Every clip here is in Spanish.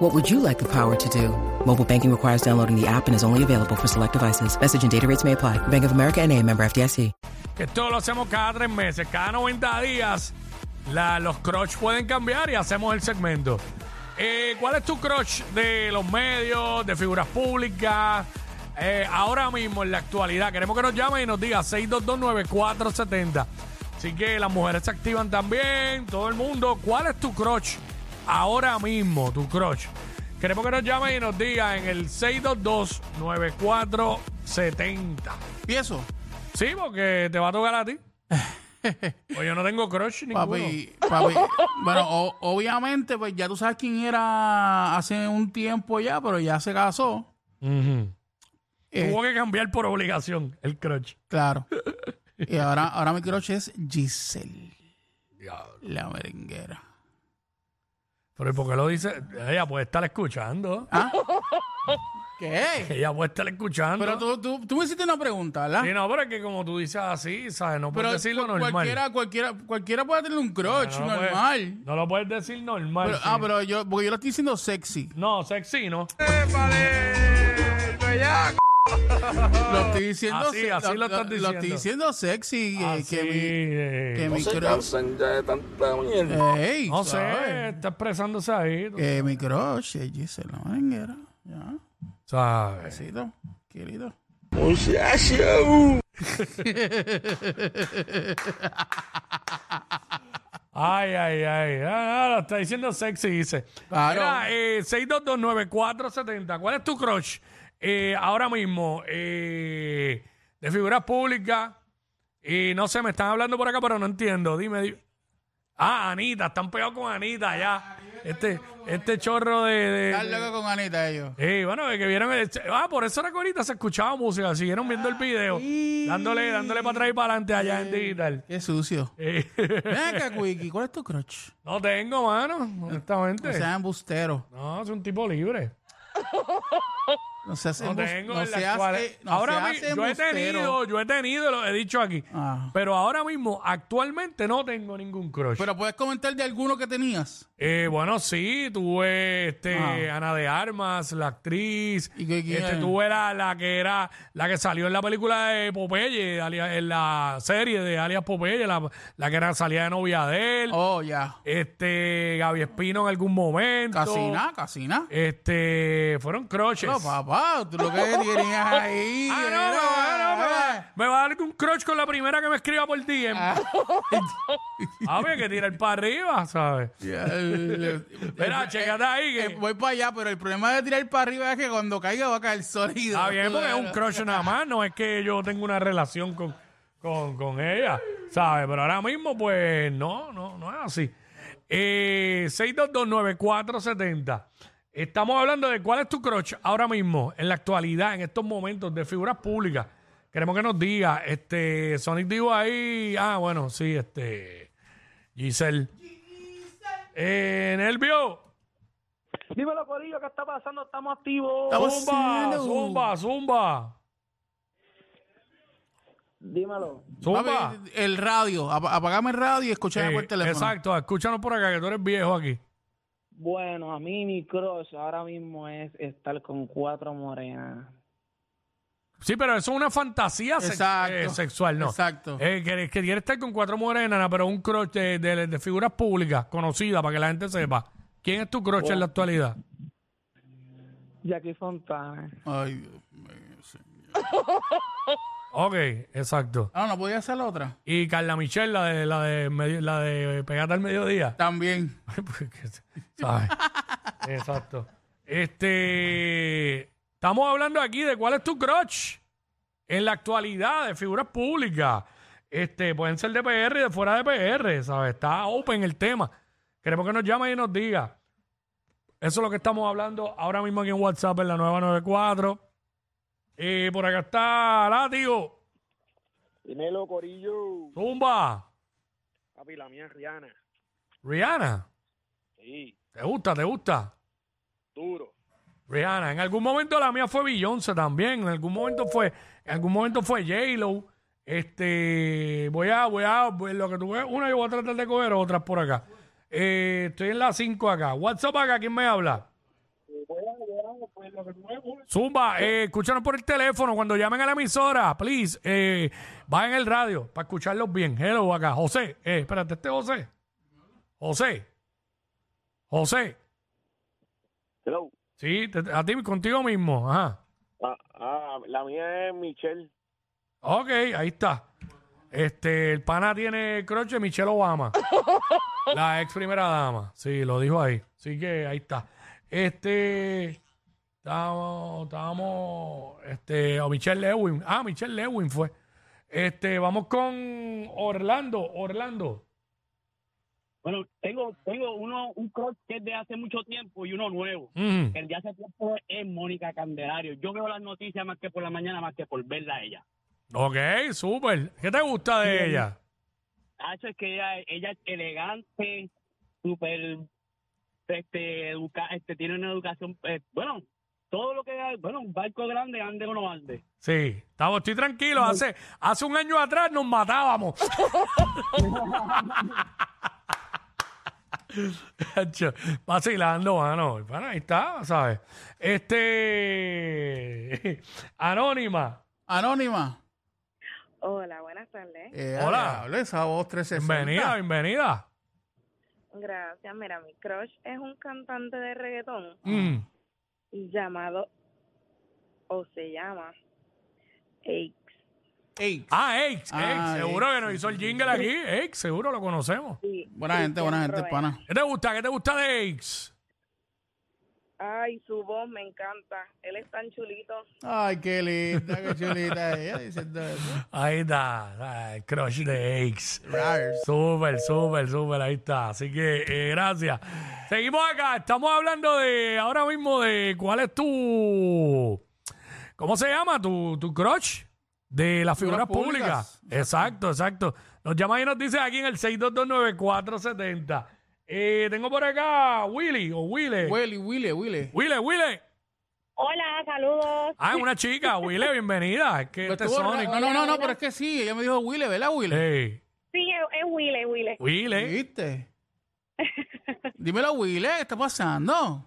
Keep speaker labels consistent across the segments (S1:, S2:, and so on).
S1: What would you like the power to do? Mobile banking requires downloading the app and is only available for select devices. Message and data rates may apply. Bank of America and a member FDIC.
S2: Esto lo hacemos cada tres meses, cada 90 días. la- los crush pueden cambiar y hacemos el segmento. Eh, ¿Cuál es tu crush de los medios, de figuras públicas? Eh, ahora mismo, en la actualidad, queremos que nos llamen y nos diga 6229470. Así que las mujeres se activan también, todo el mundo. ¿Cuál es tu crush ahora mismo, tu crush? Queremos que nos llamen y nos diga en el 6229470.
S3: Empiezo,
S2: Sí, porque te va a tocar a ti. pues yo no tengo crush ninguno.
S3: papi. papi. bueno, o- obviamente, pues ya tú sabes quién era hace un tiempo ya, pero ya se casó.
S2: Ujú.
S3: Eh,
S2: Tuvo que cambiar por obligación el crush.
S3: claro. Y ahora, ahora mi crush es Giselle, la merenguera.
S2: Pero ¿y por qué lo dice? Ella puede estar escuchando.
S3: ¿Qué?
S2: Ella puede estar escuchando.
S3: Pero tú, tú, tú me hiciste una pregunta, ¿verdad?
S2: Sí, no, pero es que como tú dices así, ¿sabes? No puedes
S3: pero
S2: decirlo
S3: cu-
S2: normal.
S3: cualquiera, cualquiera, cualquiera puede tener un crush
S2: No lo puedes-
S3: normal.
S2: no lo puedes decir normal.
S3: Pero-
S2: sí.
S3: ah, pero yo, porque yo lo estoy diciendo sexy.
S2: No, sexy, ¿no?
S3: Lo estoy diciendo
S2: Así,
S3: se-
S2: así lo estás
S3: Lo estoy
S2: diciendo.
S3: diciendo sexy. eh,
S2: Así,
S3: que mi-
S2: eh,
S3: que mi
S4: se
S3: crush-
S4: cansan ya de tanta mierda.
S3: Ey,
S2: no sé,
S3: ¿sabes?
S2: está expresándose ahí. tú
S3: Que mi crush es Gisela Merenguera. Ya,
S2: ¿Sabes?
S3: besito, querido.
S4: Muchacho.
S2: Ay, ay, ay. Ah, lo está diciendo sexy, dice.
S3: Claro.
S2: Mira, eh, 6229470. ¿Cuál es tu crush eh, ahora mismo? eh, de figuras públicas. Y no sé, me están hablando por acá, pero no entiendo. Dime. di- Ah, Anita. Están pegados con Anita ya. Este, este chorro de... de-
S3: Están locos con Anita ellos.
S2: Sí, bueno, de que vieron el- Ah, por eso era que ahorita se escuchaba música. Siguieron viendo el video. Dándole, dándole para atrás y para adelante allá en digital.
S3: Qué sucio.
S2: Eh,
S3: Ven acá, Quickie, ¿cuál es tu crush?
S2: No tengo, mano, honestamente.
S3: No seas embustero.
S2: no, es un tipo libre.
S3: No seas
S2: No
S3: embustero.
S2: tengo
S3: no
S2: en las
S3: seas,
S2: cuales-
S3: eh, no
S2: ahora
S3: seas
S2: mi- yo he
S3: embustero.
S2: tenido, yo he tenido, lo he dicho aquí.
S3: Ah.
S2: Pero ahora mismo, actualmente no tengo ningún crush.
S3: Pero puedes comentar de alguno que tenías.
S2: Eh, bueno, sí, tuve este,
S3: Ah.
S2: Ana de Armas, la actriz.
S3: ¿Y qué- qué
S2: este,
S3: es?
S2: tuve la, la que era la que salió en la película de Popeye, alia- en la serie de alias Popeye, la, la que era, salía de novia de él.
S3: Oh, ya.
S2: Este, Gaby Espino en algún momento.
S3: Casina, casina.
S2: Este, fueron croches.
S3: No, papá, tú lo que tenías ahí.
S2: Ah, no,
S3: era-
S2: me va, no, me va- me va a dar un crotch con la primera que me escriba por DM.
S3: Ah.
S2: A ver, pues, que tira el para arriba, ¿sabes?
S3: Ya, el- el-
S2: Mira, checate ahí que-
S3: eh, voy para allá, pero el problema de tirar para arriba es que cuando caiga va a caer sólido.
S2: Está bien, porque es un crush nada más, no es que yo tenga una relación con, con, con ella, ¿sabes? Pero ahora mismo, pues, no, no, no es así. Eh, 6229470. Estamos hablando de cuál es tu crush ahora mismo, en la actualidad, en estos momentos, de figuras públicas. Queremos que nos diga, este, Sonic dijo ahí, ah, bueno, sí, este, Giselle. Eh, Nervio.
S5: Dímelo, Corillo, ¿qué está pasando? Estamos activos.
S3: Estamos
S2: Zumba,
S3: haciendo-
S2: zumba, zumba.
S5: Dímelo.
S2: Zumba.
S3: Papi, el radio, ap- apagame el radio y escuchame
S2: Sí,
S3: por el teléfono.
S2: Exacto, escúchanos por acá, que tú eres viejo aquí.
S5: Bueno, a mí mi crush ahora mismo es estar con cuatro morenas.
S2: Sí, pero eso es una fantasía sex-
S3: Exacto.
S2: eh, sexual, ¿no?
S3: Exacto.
S2: Eh, que, que quiere estar con cuatro morenas, pero un crush de, de- de figuras públicas conocidas para que la gente sepa. ¿Quién es tu crush en la
S3: Oh.
S2: actualidad?
S5: Jackie Fontana.
S3: Ay, Dios mío, señor.
S2: Ok, exacto.
S3: Ah, no podía hacer la otra.
S2: Y Carla Michelle, la de, la de, medi- la de Pegata al Mediodía.
S3: También.
S2: Pues, que se- ¿Sabes? exacto. Este. Estamos hablando aquí de cuál es tu crush en la actualidad de figuras públicas. Este, pueden ser de PR y de fuera de PR, ¿sabes? Está open el tema. Queremos que nos llame y nos diga. Eso es lo que estamos hablando ahora mismo aquí en WhatsApp en la 994. Y por acá está Látigo.
S6: Dímelo, Corillo.
S2: Zumba.
S6: Papi, la mía es Rihanna.
S2: Rihanna.
S6: Sí,
S2: ¿Te gusta? ¿Te gusta?
S6: duro.
S2: Rihanna. En algún momento la mía fue Beyoncé también. En algún momento fue, en algún momento fue J-Lo. Este, voy a, voy a, pues, lo que tú ves, una yo voy a tratar de coger otras por acá. Eh, estoy en la 5 acá. WhatsApp acá, ¿quién me habla? Zumba, eh, escúchanos por el teléfono cuando llamen a la emisora, please. Eh, bajen el radio para escucharlos bien. Hello acá. José, eh, espérate, este es José. José. José.
S6: Hello.
S2: Sí, te- a ti contigo mismo. Ajá.
S6: Ah, ah, la mía es Michelle.
S2: Ok, ahí está. Este, el pana tiene croche Michelle Obama. la ex primera dama. Sí, lo dijo ahí. Así que ahí está. Este. Estábamos. Estábamos. Este. O Michelle Lewin. Ah, Michelle Lewin fue. Este, vamos con Orlando. Orlando.
S7: Bueno, tengo, tengo uno, un crush que es de hace mucho tiempo y uno nuevo.
S2: Mm.
S7: El de hace tiempo es Mónica Candelario. Yo veo las noticias más que por la mañana, más que por verla a ella.
S2: Ok, súper. ¿Qué te gusta de ella?
S7: Hacho es que ella, ella es elegante, súper, este, educa, este, tiene una educación, eh, bueno, todo lo que, hay, bueno, un barco grande, ande o no ande.
S2: Sí, estamos, estoy tranquilo. Hace, hace un año atrás nos matábamos. Hacho, Vacilando, mano. Bueno, ahí está, ¿sabes? Este. Anónima.
S3: Anónima.
S8: Hola, buenas tardes.
S3: Eh,
S2: Hola.
S3: diablo, Esa voz 360.
S2: Bienvenida, bienvenida.
S8: Gracias. Mira, mi crush es un cantante de reggaetón
S2: Mm.
S8: llamado, o se llama, Aix.
S3: Ey,
S2: Ah, ex,
S3: Ah,
S2: seguro
S3: Aix,
S2: que nos hizo el jingle aquí. Ex, seguro lo conocemos.
S8: Sí,
S3: Buena gente,
S8: Cristian
S3: buena gente,
S8: Roel.
S3: pana.
S2: ¿Qué te gusta? ¿Qué te gusta de ex?
S8: Ay, su voz me encanta. Él es tan chulito.
S3: Ay, qué linda, qué chulita ella diciendo eso.
S2: Ahí está, ah, el crush de ex.
S3: Rawr.
S2: Súper, súper, súper, ahí está. Así que eh, gracias. Seguimos acá, estamos hablando de ahora mismo de cuál es tu, ¿cómo se llama? Tu, tu crush de las figuras
S3: Figuras
S2: públicas.
S3: públicas.
S2: Exacto, exacto. Nos llama y nos dice aquí en el 6229470. Eh, tengo por acá Willy o Willy.
S3: Willy, Willy, Willy.
S2: Willy, Willy.
S8: Hola, saludos.
S2: Ah, es una chica, Willy, bienvenida. Es que
S3: Pero
S2: este es
S3: estuvo-
S2: Sonic.
S3: no, no, no, no, pero es que sí, ella me dijo Willy, ¿verdad, Willy?
S2: Ey,
S8: Sí, es, Willy, Willy.
S2: Willy.
S3: ¿Viste? Dímelo, Willy, ¿qué está pasando?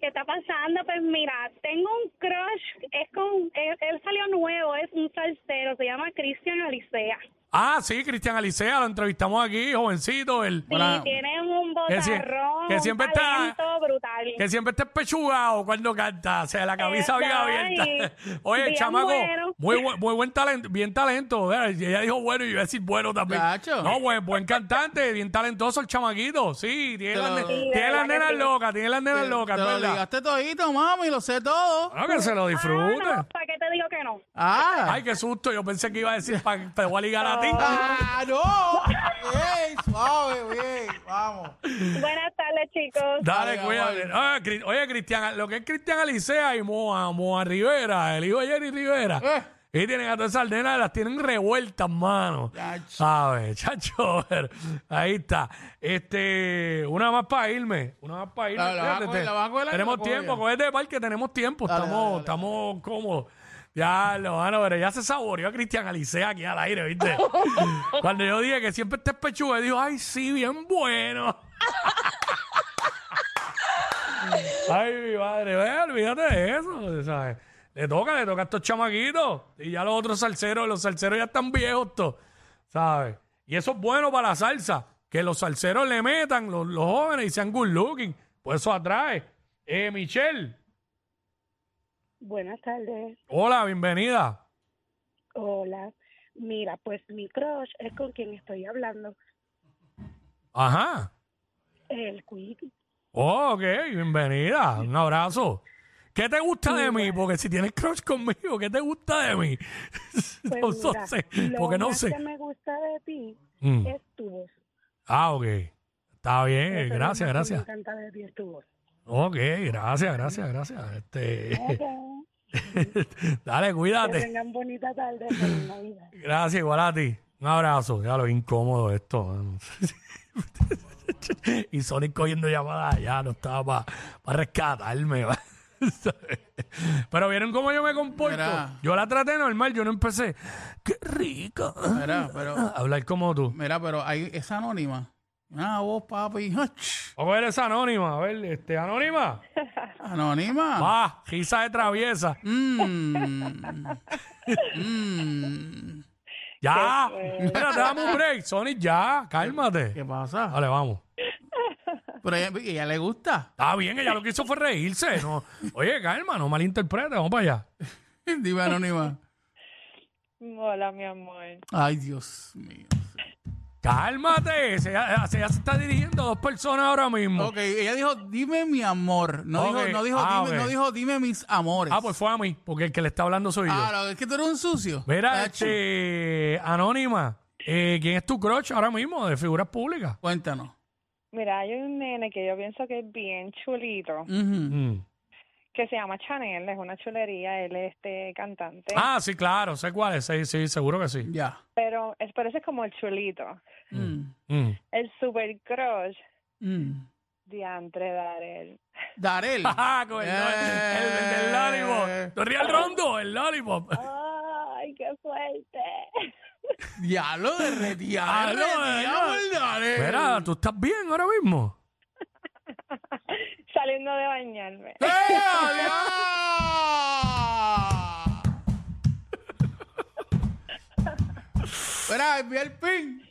S8: ¿Qué está pasando? Pues mira, tengo un crush. Es con, él, él salió nuevo, es un salsero. Se llama Cristian Alicea.
S2: Ah, sí, Cristian Alicea, lo entrevistamos aquí, jovencito, el,
S8: Sí,
S3: Hola.
S8: tienen un
S2: Que sie-
S8: botarrón,
S2: que siempre
S8: un
S2: está-
S8: talento brutal.
S2: Que siempre está espechugado cuando canta, o sea, la camisa bien
S8: Ay,
S2: abierta. Oye,
S8: bien
S2: chamaco,
S8: bueno.
S2: muy, buen, muy buen talento, bien talento. ¿verdad? Y Ella dijo bueno y yo iba a decir bueno también.
S3: Chacho.
S2: No, buen, buen cantante, bien talentoso el chamaquito. Sí, tiene
S3: Te
S2: las
S3: lo-
S2: ne-
S3: Sí,
S2: tiene
S8: de
S2: las
S8: verdad que
S2: nenas
S8: sí.
S2: locas, tiene las nenas locas,
S3: Te lo
S2: ¿verdad?
S3: ligaste todito, mami, lo sé todo.
S2: Bueno, que se lo disfrute.
S8: Ah, no, ¿Para qué te digo que no?
S3: Ah,
S2: Ay, qué susto, yo pensé que iba a decir, pa- te voy a ligar a ti.
S3: ah no. Bien, suave, bien, vamos.
S8: Buenas tardes, chicos.
S2: Dale,
S3: Dale,
S2: cuídate. Ah, Cri- Oye, Cristian, lo que es Cristian Alicea y Moa, Moa Rivera, el hijo de Jerry Rivera.
S3: Eh.
S2: Y tienen a todas esas nenas, las tienen revueltas, mano.
S3: Chacho.
S2: ¿Sabes? Chacho, pero ahí está. Este, una más para irme. Una más para irme.
S3: La- la vas a
S2: Fíjate,
S3: coger,
S2: te-
S3: la vas a coger, la
S2: tenemos
S3: cojo ya.
S2: tiempo, cogete de parque, tenemos tiempo.
S3: Dale,
S2: estamos,
S3: dale, dale.
S2: estamos cómodos. Ya, lo, mano, pero ya se saboreó a Cristian Alicea aquí al aire, ¿viste? Cuando yo dije que siempre está pechuga, dijo, ay, sí, bien bueno. Ay, mi madre, ve, olvídate de eso, ¿sabes? Le toca, le toca a estos chamaquitos. Y ya los otros salseros, los salseros ya están viejos, todos, ¿sabes? Y eso es bueno para la salsa, que los salseros le metan, los, los jóvenes, y sean good looking. Pues eso atrae. Eh, Michelle,
S8: Buenas tardes.
S2: hola, bienvenida.
S8: Hola. Mira, pues mi crush es con quien estoy hablando,
S2: Ajá.
S8: el Quickie.
S2: Oh, ok, bienvenida. Un abrazo. ¿Qué te gusta de mí? Porque si tienes crush conmigo, ¿qué te gusta de mí?
S8: Pues
S2: no
S8: mira,
S2: sé,
S8: lo
S2: porque no
S8: más
S2: sé.
S8: que me gusta de ti
S2: Mm.
S8: es tu voz.
S2: Ah, ok. Está bien,
S8: Eso es lo más que
S2: gracias, gracias.
S8: Me encanta de ti es tu voz.
S2: Ok, gracias, gracias, gracias. Este, Dale, cuídate.
S8: Tengan bonita tarde, feliz Navidad.
S2: Gracias, igual a ti. Un abrazo. Ya lo incómodo esto. mano. y Sonic cogiendo llamadas ya no estaba para rescatarme. va. Pero vieron cómo yo me comporto.
S3: Mira.
S2: Yo la traté normal, yo no empecé. ¡Qué rica!
S3: Mira, pero,
S2: Hablar como tú.
S3: mira, pero ahí es anónima. Ah, vos, papi.
S2: Vamos a ver esa anónima. A ver, este, anónima.
S3: Anónima.
S2: Va, risa de traviesa.
S3: Mm. Mm.
S2: Ya. Mira, te damos un break. Sonic, ya. Cálmate.
S3: ¿Qué pasa?
S2: Vale, vamos.
S3: Pero ella, ella le gusta.
S2: Está bien, ella lo que hizo fue reírse. No. Oye, calma, no malinterprete, vamos para allá.
S3: Dime, anónima.
S9: Hola, mi amor.
S3: Ay, Dios mío.
S2: Cálmate, se, ella- ella se está dirigiendo a dos personas ahora mismo.
S3: Ok, ella dijo, dime mi amor. No
S2: Ok,
S3: dijo, no dijo,
S2: ah,
S3: dime,
S2: ok.
S3: no dijo, dime mis amores.
S2: Ah, pues fue a mí, porque el que le está hablando soy yo.
S3: Ah, no, es que tú eres un sucio. Ah,
S2: Mira,
S3: Tacho,
S2: este, Anónima, eh, ¿quién es tu crush ahora mismo de figuras públicas?
S3: Cuéntanos.
S9: Mira, hay un nene que yo pienso que es bien chulito,
S3: Ujú.
S2: Mm.
S9: que se llama Chanel, es una chulería, él es este cantante,
S2: Ah, sí, claro, sé cuál es, sí, sí, seguro que sí.
S3: Ya.
S9: pero es, pero ese es como el chulito.
S3: Mm.
S2: Mm.
S9: El super crush,
S3: Mm.
S9: diantre Darel.
S3: Darel.
S2: Ah, con el, lo- el- el- el
S3: Eh.
S2: lollipop. Torría el rondo, el lollipop.
S9: ¡Ay, qué fuerte!
S3: Diablo, derretía.
S2: Ah, no,
S3: derretía
S2: no.
S3: por Darel.
S2: Mira, ¿tú estás bien ahora mismo?
S9: Saliendo de bañarme.
S3: ¡Eh, adiós! Mira, envía el pin.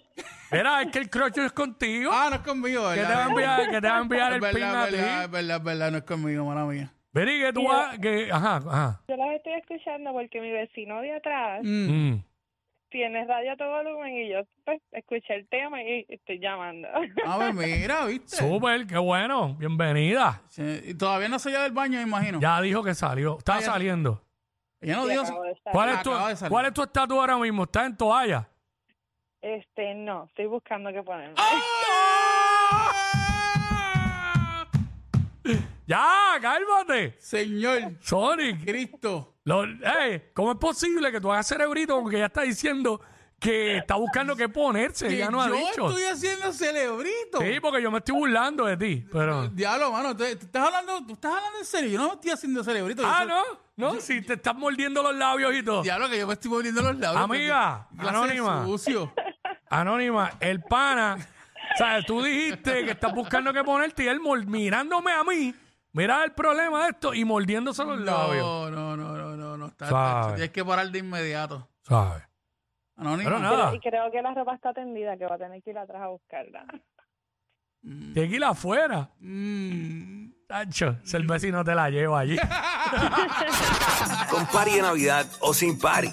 S2: Mira, es que el crush es contigo.
S3: Ah, no es conmigo,
S2: que,
S3: ¿verdad?
S2: te va a enviar, que te va a enviar
S3: Es
S2: el pin
S3: verdad,
S2: a
S3: es verdad,
S2: ti.
S3: es verdad, es verdad, no es conmigo, mala mía.
S2: Vení, que tú vas. Que, ajá, ajá.
S9: Yo los estoy escuchando porque mi vecino de atrás
S3: Mm.
S2: Mm.
S9: tiene radio a todo volumen y yo pues, escuché el tema y estoy llamando.
S3: A ver, Ah, pues mira, ¿viste?
S2: Súper, qué bueno. Bienvenida.
S3: Sí, y Todavía no salió del baño, me imagino.
S2: Ya dijo que salió. Está
S3: Ah, ya-
S2: saliendo.
S3: Ella no
S9: Y
S3: dijo.
S9: acabo de salir.
S2: ¿Cuál es, tu,
S3: Acaba de salir.
S2: ¿Cuál es tu estatus ahora mismo? ¿Estás en toalla?
S9: Este, no, estoy buscando qué ponerme.
S3: ¡Ah!
S2: ¡Ya! ¡Cálmate!
S3: Señor
S2: Sonic.
S3: Cristo.
S2: lo- ey, ¿Cómo es posible que tú hagas cerebrito porque ella está diciendo que está buscando qué ponerse?
S3: que
S2: Ella no ha
S3: yo
S2: dicho.
S3: estoy haciendo celebrito.
S2: Sí, porque yo me estoy burlando de ti. Pero.
S3: Diablo, mano, tú, tú estás hablando, tú estás hablando en serio. Yo no estoy haciendo celebrito. yo
S2: Ah,
S3: soy-
S2: no. No, si te estás mordiendo los labios y todo.
S3: Diablo, que yo me estoy moviendo los labios.
S2: Amiga,
S3: porque- clase de
S2: anónima.
S3: Sucio.
S2: Anónima, el pana, ¿sabes? Tú dijiste que estás buscando qué ponerte y él mol- mirándome a mí, mira el problema de esto y mordiéndose los labios.
S3: No, no, no, no, no, no. Está,
S2: Suave.
S3: está- tienes que parar de inmediato.
S2: ¿Sabes?
S3: Anónima.
S2: Pero nada,
S9: Y creo que la ropa está tendida, que va a tener que ir atrás a buscarla.
S2: te que ir afuera.
S3: Mm.
S2: Tacho, si el vecino te la lleva allí.
S10: Con party de Navidad o sin party.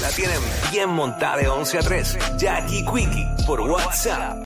S10: La tienen bien montada de 11 a 3. Jackie Quickie por WhatsApp.